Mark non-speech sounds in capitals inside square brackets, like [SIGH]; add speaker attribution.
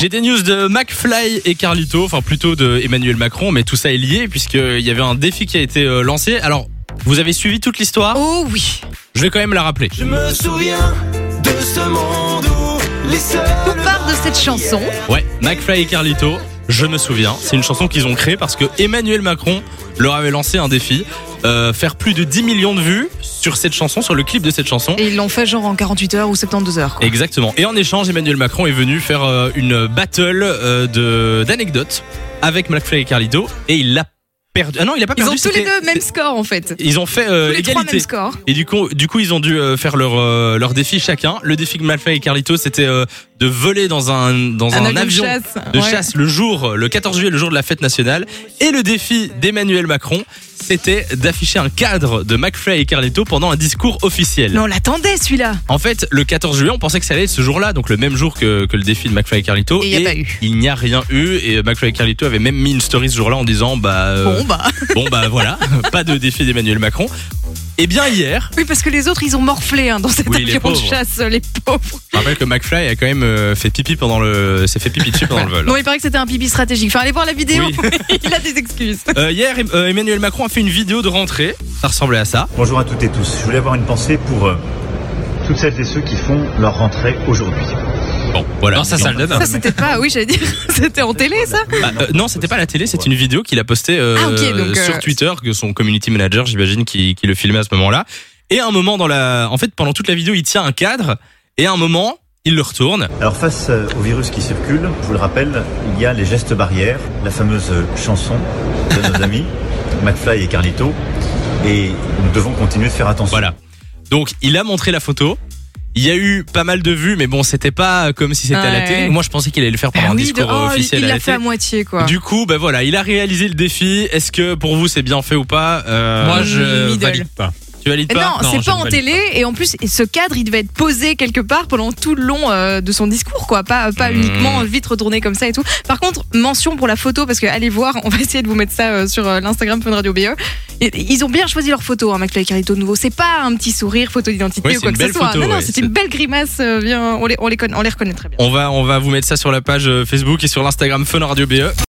Speaker 1: J'ai des news de McFly et Carlito, enfin plutôt de Emmanuel Macron, mais tout ça est lié puisqu'il y avait un défi qui a été euh, lancé. Alors, vous avez suivi toute l'histoire
Speaker 2: Oh oui.
Speaker 1: Je vais quand même la rappeler.
Speaker 3: Je me souviens de ce monde où les seuls
Speaker 2: Tout part de cette chanson.
Speaker 1: Ouais, McFly et Carlito, je me souviens. C'est une chanson qu'ils ont créée parce que Emmanuel Macron leur avait lancé un défi. euh, faire plus de 10 millions de vues sur cette chanson, sur le clip de cette chanson.
Speaker 2: Et ils l'ont fait genre en 48 heures ou 72 heures. quoi.
Speaker 1: Exactement. Et en échange, Emmanuel Macron est venu faire euh, une battle euh, de d'anecdotes avec McFly et Carlito et il l'a perdu. Ah non, il a pas
Speaker 2: Ils
Speaker 1: perdu.
Speaker 2: ont tous les
Speaker 1: c'était-
Speaker 2: deux le même score en fait.
Speaker 1: Ils ont fait euh,
Speaker 2: Tous les trois
Speaker 1: égalité.
Speaker 2: même score.
Speaker 1: Et du coup, du coup, ils ont dû euh, faire leur euh, leur défi chacun. Le défi que McFly et Carlito, c'était euh, de voler dans un dans un,
Speaker 2: avion de
Speaker 1: avion
Speaker 2: chasse.
Speaker 1: de
Speaker 2: Ouais.
Speaker 1: chasse le jour, le 14 juillet, le jour de la fête nationale. Et le défi d'Emmanuel Macron, c'était d'afficher un cadre de McFly et Carlito pendant un discours officiel.
Speaker 2: Mais on l'attendait celui-là.
Speaker 1: En fait, le 14 juillet, on pensait que ça allait être ce jour-là, donc le même jour que, que le défi de McFly et Carlito.
Speaker 2: Et il n'y a pas eu.
Speaker 1: il n'y a rien eu. Et euh, McFly et Carlito avaient même mis une story ce jour-là en disant bah euh,
Speaker 2: Bon bah.
Speaker 1: bon bah voilà, [LAUGHS] pas de défi d'Emmanuel Macron. Eh bien hier,
Speaker 2: Oui parce que les autres ils ont morflé hein, dans cet
Speaker 1: Oui, les
Speaker 2: avion de
Speaker 1: pauvres.
Speaker 2: chasse les pauvres.
Speaker 1: je rappelle que McFly a quand même euh, fait pipi pendant le s'est fait pipi dessus pendant le [LAUGHS] vol.
Speaker 2: Non il paraît que c'était un pipi stratégique. Enfin allez voir la vidéo.
Speaker 1: Oui.
Speaker 2: [LAUGHS] il a des excuses.
Speaker 1: Euh, hier, em- euh, Emmanuel Macron a fait une vidéo de rentrée. Ça ressemblait à ça.
Speaker 4: Bonjour à toutes et tous. Je voulais avoir une pensée pour euh, toutes celles et ceux qui font leur rentrée aujourd'hui.
Speaker 1: Bon, voilà. ça, ça le donne.
Speaker 2: Ça c'était pas. Oui j'allais dire. [LAUGHS] C'était en télé ça.
Speaker 1: Bah, euh, non, c'était pas à la télé, c'est une vidéo qu'il a postée euh,
Speaker 2: Ah, ok, donc, euh,
Speaker 1: sur Twitter, que son community manager, j'imagine, qui, qui le filmait à ce moment-là. Et à un moment, dans la... en fait, pendant toute la vidéo, il tient un cadre, et à un moment, il le retourne.
Speaker 4: Alors face euh, au virus qui circule, je vous le rappelle, il y a les gestes barrières, la fameuse euh, chanson
Speaker 1: [LAUGHS]
Speaker 4: de nos amis McFly et Carlito, et nous devons continuer de faire attention.
Speaker 1: Voilà. Donc, il a montré la photo. Il y a eu pas mal de vues, mais bon, c'était pas comme si c'était à la
Speaker 2: Ouais.
Speaker 1: télé. Moi, je pensais qu'il allait le faire pendant
Speaker 2: Ah
Speaker 1: un
Speaker 2: oui,
Speaker 1: discours
Speaker 2: de- oh,
Speaker 1: officiel
Speaker 2: il
Speaker 1: à la
Speaker 2: l'a fait
Speaker 1: télé.
Speaker 2: à moitié quoi.
Speaker 1: Du coup, ben voilà, il a réalisé le défi. Est-ce que pour vous c'est bien fait ou pas Euh,
Speaker 2: Moi, je Mm, Middle. valide
Speaker 1: pas. Tu valides pas
Speaker 2: non, c'est pas en télé et en plus ce cadre il devait être posé quelque part pendant tout le long euh, de son discours quoi, pas pas
Speaker 1: Hmm.
Speaker 2: uniquement vite retourné comme ça et tout. Par contre mention pour la photo parce que allez voir, on va essayer de vous mettre ça euh, sur euh, l'Instagram Fun Radio BE. Et- et Ils ont bien choisi leur photo, hein, McFly et Carlito de nouveau. C'est pas un petit sourire, photo d'identité
Speaker 1: Ouais, c'est
Speaker 2: ou quoi
Speaker 1: une
Speaker 2: que ce
Speaker 1: belle
Speaker 2: soit.
Speaker 1: photo,
Speaker 2: non, non,
Speaker 1: ouais.
Speaker 2: c'est une belle grimace. euh, bien, on les, on les conna- on les reconnaît très bien.
Speaker 1: On va, on va vous mettre ça sur la page euh, Facebook et sur l'Instagram Fun Radio BE.